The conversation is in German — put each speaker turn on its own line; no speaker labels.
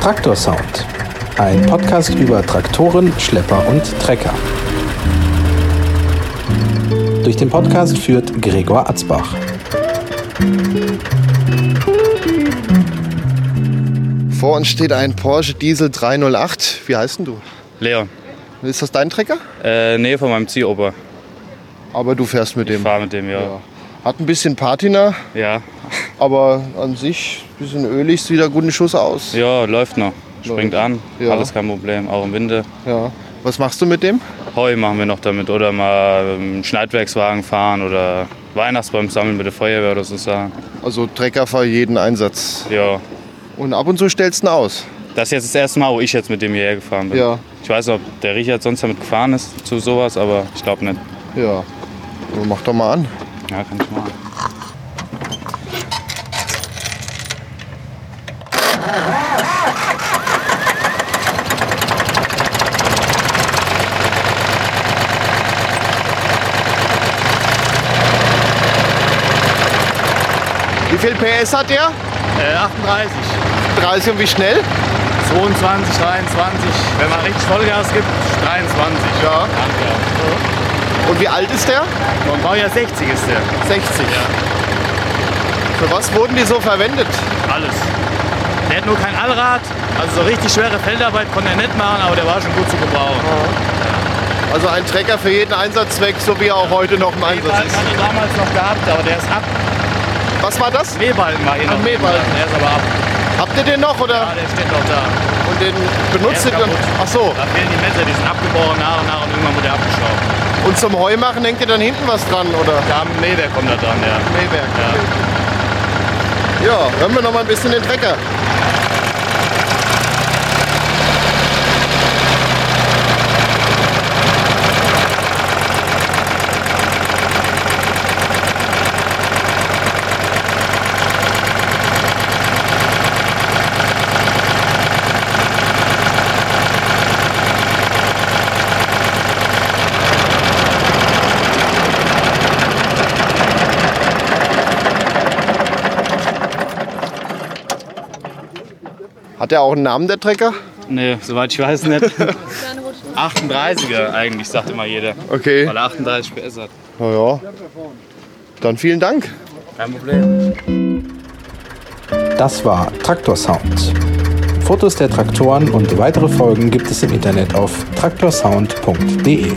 Traktorsound. Ein Podcast über Traktoren, Schlepper und Trecker. Durch den Podcast führt Gregor Atzbach.
Vor uns steht ein Porsche Diesel 308. Wie heißt denn du?
Leon.
Ist das dein Trecker?
Äh, nee, von meinem Ziehoper.
Aber du fährst mit
Ich
dem.
fahre mit dem, ja.
Ja. Hat ein bisschen Patina,
ja.
aber an sich ein bisschen ölig, sieht da guten Schuss aus.
Ja, läuft noch. Springt an.
Ja.
Alles kein Problem, auch im Winter.
Ja. Was machst du mit dem?
Heu machen wir noch damit. Oder mal einen Schneidwerkswagen fahren oder Weihnachtsbaum sammeln mit der Feuerwehr oder so Sachen.
Also Trecker für jeden Einsatz.
Ja.
Und ab und zu stellst du ihn aus.
Das ist jetzt das erste Mal, wo ich jetzt mit dem hierher gefahren bin.
Ja.
Ich weiß nicht, ob der Richard sonst damit gefahren ist zu sowas, aber ich glaube nicht.
Ja. Also mach doch mal an.
Ja, kann ich machen.
Wie viel PS hat der?
Äh, 38,
30 und wie schnell?
22, 23. Wenn man richtig Vollgas gibt, 23.
Ja.
Danke.
Und wie alt ist der?
Und Baujahr 60 ist der.
60. Für was wurden die so verwendet?
Alles. Der hat nur kein Allrad. Also so richtig schwere Feldarbeit konnte er nicht machen, aber der war schon gut zu gebrauchen.
Also ein Trecker für jeden Einsatzzweck, so wie er auch heute noch im Einsatz
Mähbalken
ist.
hat er damals noch gehabt, aber der ist ab.
Was war das?
Mähbalken war hier
Ach,
noch.
Mähbalken.
Der ist aber ab.
Habt ihr den noch
Ja,
oder?
der steht noch da.
Und den benutzt ihr
Der ist
dann?
kaputt.
Ach so.
Da fehlen die Messer, die sind abgebrochen nach und nach und irgendwann wurde er abgeschraubt.
Und zum Heumachen hängt ihr dann hinten was dran oder?
Da am Mähwerk kommt er dran, ja.
Mähwerk.
ja.
Ja, hören wir noch mal ein bisschen den Trecker. Hat der auch einen Namen, der Trecker?
Nee, soweit ich weiß nicht. 38er eigentlich, sagt immer jeder.
Okay.
Weil er 38 PS hat.
Na ja. Dann vielen Dank.
Kein Problem.
Das war Traktorsound. Fotos der Traktoren und weitere Folgen gibt es im Internet auf traktorsound.de.